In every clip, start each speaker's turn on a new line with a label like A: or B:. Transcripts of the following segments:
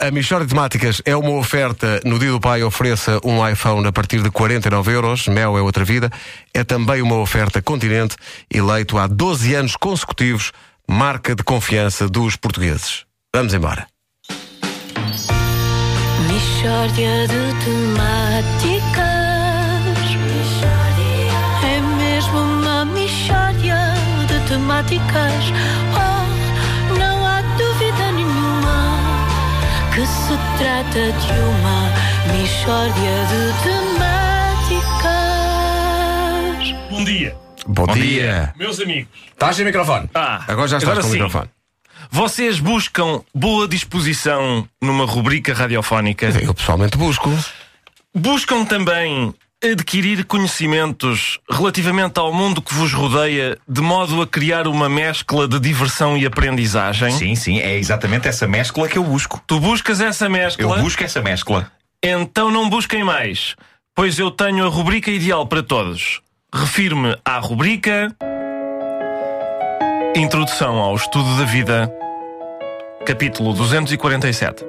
A: a Michórdia de Temáticas é uma oferta. No Dia do Pai, ofereça um iPhone a partir de 49 euros. Mel é outra vida. É também uma oferta Continente, eleito há 12 anos consecutivos, marca de confiança dos portugueses. Vamos embora.
B: Mishória de temáticas É mesmo uma mishória de temáticas Oh, não há dúvida nenhuma Que se trata de uma mishória de temáticas
C: Bom dia,
A: Bom, Tá,
C: meus amigos.
D: Estás sem microfone?
C: Ah,
A: Agora já estás
C: agora
A: com o
C: sim.
A: microfone.
C: Vocês buscam boa disposição numa rubrica radiofónica.
A: Eu pessoalmente busco.
C: Buscam também adquirir conhecimentos relativamente ao mundo que vos rodeia, de modo a criar uma mescla de diversão e aprendizagem.
E: Sim, sim, é exatamente essa mescla que eu busco.
C: Tu buscas essa
E: Eu
C: mescla,
E: busco essa mescla.
C: então não busquem mais, pois eu tenho a rubrica ideal para todos. Refiro-me à rubrica Introdução ao Estudo da Vida, capítulo 247.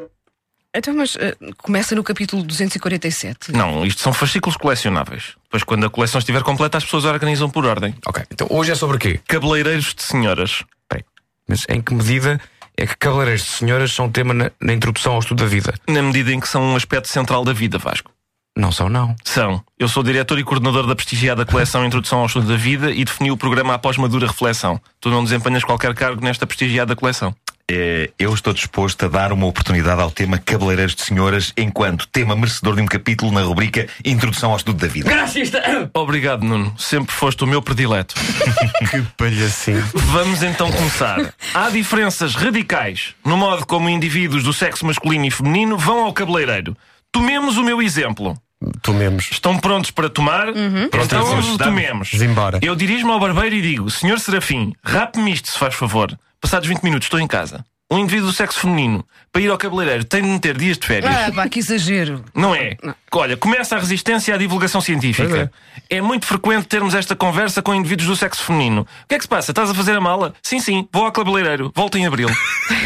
F: Então, mas eh, começa no capítulo 247.
C: Não, isto são fascículos colecionáveis. Pois quando a coleção estiver completa, as pessoas organizam por ordem.
D: Ok. Então hoje é sobre quê?
C: Cabeleireiros de senhoras.
D: Peraí. Mas em que medida é que cabeleireiros de senhoras são tema na, na introdução ao estudo da vida?
C: Na medida em que são um aspecto central da vida, Vasco.
D: Não são, não.
C: São. Eu sou diretor e coordenador da prestigiada coleção Introdução ao Estudo da Vida e defini o programa após uma dura reflexão. Tu não desempenhas qualquer cargo nesta prestigiada coleção.
E: Eh, Eu estou disposto a dar uma oportunidade ao tema Cabeleireiros de Senhoras, enquanto tema merecedor de um capítulo na rubrica Introdução ao Estudo da Vida.
C: Obrigado, Nuno. Sempre foste o meu predileto.
A: Que palhacinho.
C: Vamos então começar. Há diferenças radicais no modo como indivíduos do sexo masculino e feminino vão ao cabeleireiro. Tomemos o meu exemplo.
A: Tomemos.
C: Estão prontos para tomar? Então
E: Prontos,
C: vamos tomemos.
A: Vamos embora.
C: Eu dirijo-me ao barbeiro e digo: Senhor Serafim, rape-me isto, se faz favor. Passados 20 minutos, estou em casa. Um indivíduo do sexo feminino, para ir ao cabeleireiro, tem de meter dias de férias.
F: Ah, pá, que exagero.
C: Não é? Olha, começa a resistência à divulgação científica. É. muito frequente termos esta conversa com indivíduos do sexo feminino. O que é que se passa? Estás a fazer a mala? Sim, sim, vou ao cabeleireiro. Volto em abril.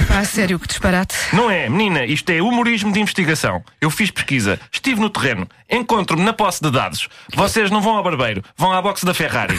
F: Pá, sério, que disparate.
C: Não é, menina, isto é humorismo de investigação. Eu fiz pesquisa, estive no terreno, encontro-me na posse de dados. Vocês não vão ao barbeiro, vão à boxe da Ferrari.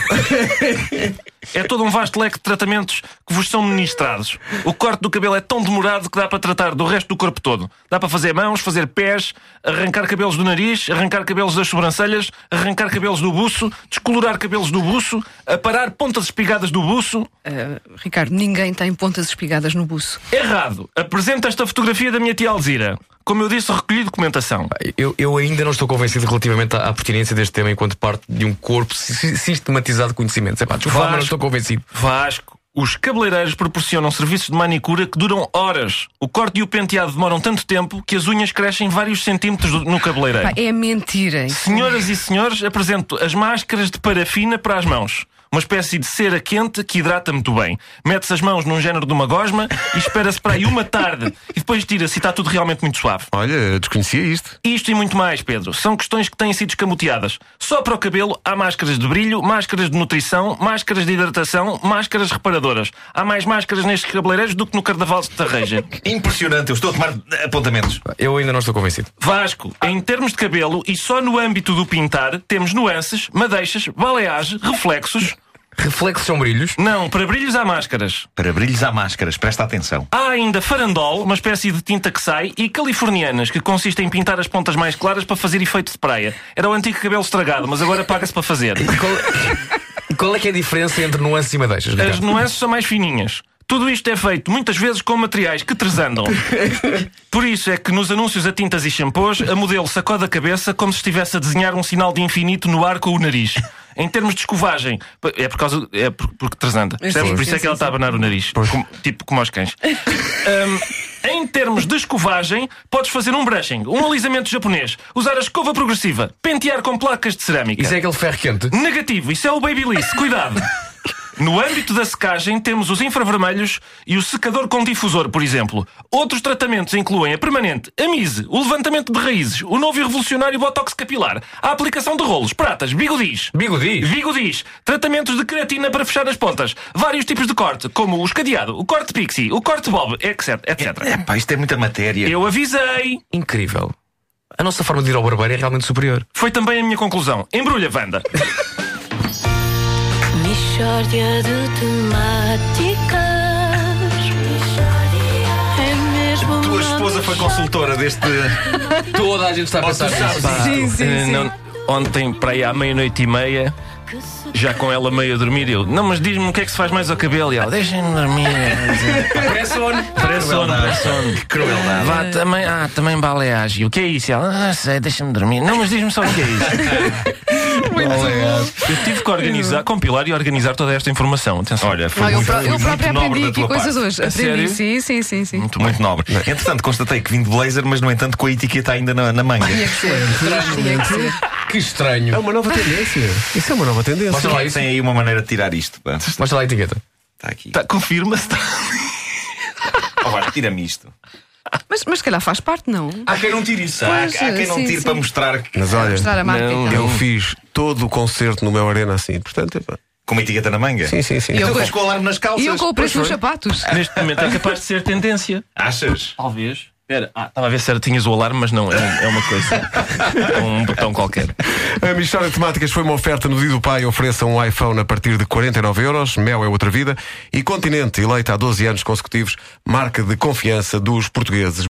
C: é todo um vasto leque de tratamentos que vos são ministrados. O corte do cabelo é tão demorado que dá para tratar do resto do corpo todo. Dá para fazer mãos, fazer pés, arrancar cabelos do nariz, arrancar cabelos das sobrancelhas, arrancar cabelos do buço, descolorar cabelos do buço, aparar pontas espigadas do buço.
F: Ah, Ricardo, ninguém tem pontas espigadas no buço.
C: Errado. Apresenta esta fotografia da minha tia Alzira. Como eu disse, recolhi documentação.
D: Eu, eu ainda não estou convencido relativamente à, à pertinência deste tema enquanto parte de um corpo si- si- sistematizado de conhecimentos. É pá, desculpa,
C: Vasco.
D: mas não estou convencido.
C: Vasco, os cabeleireiros proporcionam serviços de manicura que duram horas. O corte e o penteado demoram tanto tempo que as unhas crescem vários centímetros do- no cabeleireiro.
F: Pá, é mentira.
C: Senhoras e senhores, apresento as máscaras de parafina para as mãos. Uma espécie de cera quente que hidrata muito bem. Mete-se as mãos num género de uma gosma e espera-se para aí uma tarde. E depois tira-se e está tudo realmente muito suave.
A: Olha, eu desconhecia isto.
C: Isto e muito mais, Pedro, são questões que têm sido escamoteadas. Só para o cabelo há máscaras de brilho, máscaras de nutrição, máscaras de hidratação, máscaras reparadoras. Há mais máscaras nestes cabeleireiros do que no Carnaval de Tarreja.
E: Impressionante, eu estou a tomar apontamentos.
D: Eu ainda não estou convencido.
C: Vasco, em termos de cabelo e só no âmbito do pintar, temos nuances, madeixas, baleagem, reflexos.
D: Reflexos são brilhos.
C: Não, para brilhos há máscaras.
E: Para brilhos há máscaras, presta atenção.
C: Há ainda farandol, uma espécie de tinta que sai, e californianas, que consiste em pintar as pontas mais claras para fazer efeito de praia. Era o antigo cabelo estragado, mas agora paga-se para fazer.
D: Qual, qual é que é a diferença entre nuances e madeixas,
C: As
D: Ricardo?
C: nuances são mais fininhas. Tudo isto é feito muitas vezes com materiais que tresandam. Por isso é que nos anúncios a tintas e shampoos, a modelo sacode a cabeça como se estivesse a desenhar um sinal de infinito no ar com o nariz. Em termos de escovagem, é por causa. É por- porque tresanda. Percebes? Por isso é que ela está a abanar o nariz. Como- tipo como aos cães. Hum, em termos de escovagem, podes fazer um brushing, um alisamento japonês, usar a escova
D: é
C: progressiva, pentear com placas de cerâmica.
D: Isso é aquele ferro quente.
C: Negativo, isso é o Babyliss, cuidado. No âmbito da secagem, temos os infravermelhos e o secador com difusor, por exemplo. Outros tratamentos incluem a permanente, a mise, o levantamento de raízes, o novo e revolucionário botox capilar, a aplicação de rolos, pratas, bigodis.
D: Bigodis?
C: Bigodis. Tratamentos de creatina para fechar as pontas. Vários tipos de corte, como o escadeado, o corte pixie, o corte bob, etc,
E: É
C: etc.
E: pá, isto é muita matéria.
C: Eu avisei.
D: Incrível. A nossa forma de ir ao barbeiro é realmente superior.
C: Foi também a minha conclusão. Embrulha, Wanda.
B: Mistória de temáticas. É mesmo
E: Tua
B: uma
E: esposa foi
B: mistória.
E: consultora deste.
D: Toda a gente está a pensar nisso.
F: Sim, sim,
C: Eh,
F: sim.
C: não- ontem, para aí à meia-noite e meia, já com ela meio a dormir, eu, não, mas diz-me o que é que se faz mais ao cabelo. E ela, deixem-me dormir.
D: Parece sono.
C: Parece sono, parece sono.
E: Crueldade.
C: Vá, também, ah, também baleagem. O que é isso? E Ela, ah, não sei, deixa-me dormir. Não, mas diz-me só o que é isso.
D: é?
C: Eu tive que organizar, compilar e organizar toda esta informação. Atenção.
E: Olha, foi
F: Olha, eu,
E: muito,
F: pró-
E: foi
F: eu
E: muito
F: próprio
E: nobre
F: aprendi
E: da
F: aqui
E: tua
F: coisas
E: parte. Hum.
F: hoje.
C: A
F: aprendi,
C: sério?
F: sim, sim, sim, sim.
E: Muito, muito nobre. Entretanto, constatei que vim de blazer, mas no entanto com a etiqueta ainda na, na manga.
F: Tinha que ser. Tinha que ser.
D: Que
A: É
D: estranho.
A: uma nova tendência. Isso é uma nova tendência.
D: Mostra lá isso.
E: Tem aí uma maneira de tirar isto. pá. Está
D: Mostra lá a etiqueta.
E: aqui.
C: Tá, Confirma-se. tá.
E: Oh, vá, Tira-me isto.
F: Mas, mas se calhar faz parte, não?
E: Há quem não tire isso. Há, há
F: Pois,
E: quem não
F: sim,
E: tire
F: sim.
E: para mostrar que-
A: Mas olha,
F: Mostrar a marca e tal.
A: eu fiz todo o concerto no meu arena assim. Portanto, epá,
E: com uma etiqueta na manga.
A: sim, sim, sim.
F: Eu-
E: Tu vais com o alarme nas calças.
F: E eu com o preço dos
E: Pois foi.
F: sapatos.
C: Neste momento é capaz de ser tendência.
E: Achas?
C: Talvez. Espera, ah, estava a ver se era, tinhas o alarme, mas não, é, um- é uma coisa. É um botão qualquer.
A: A Mistória de Temáticas foi uma oferta no Dia do Pai. Ofereça um iPhone a partir de 49 euros. Mel é outra vida. E Continente, eleita há 12 anos consecutivos, marca de confiança dos portugueses.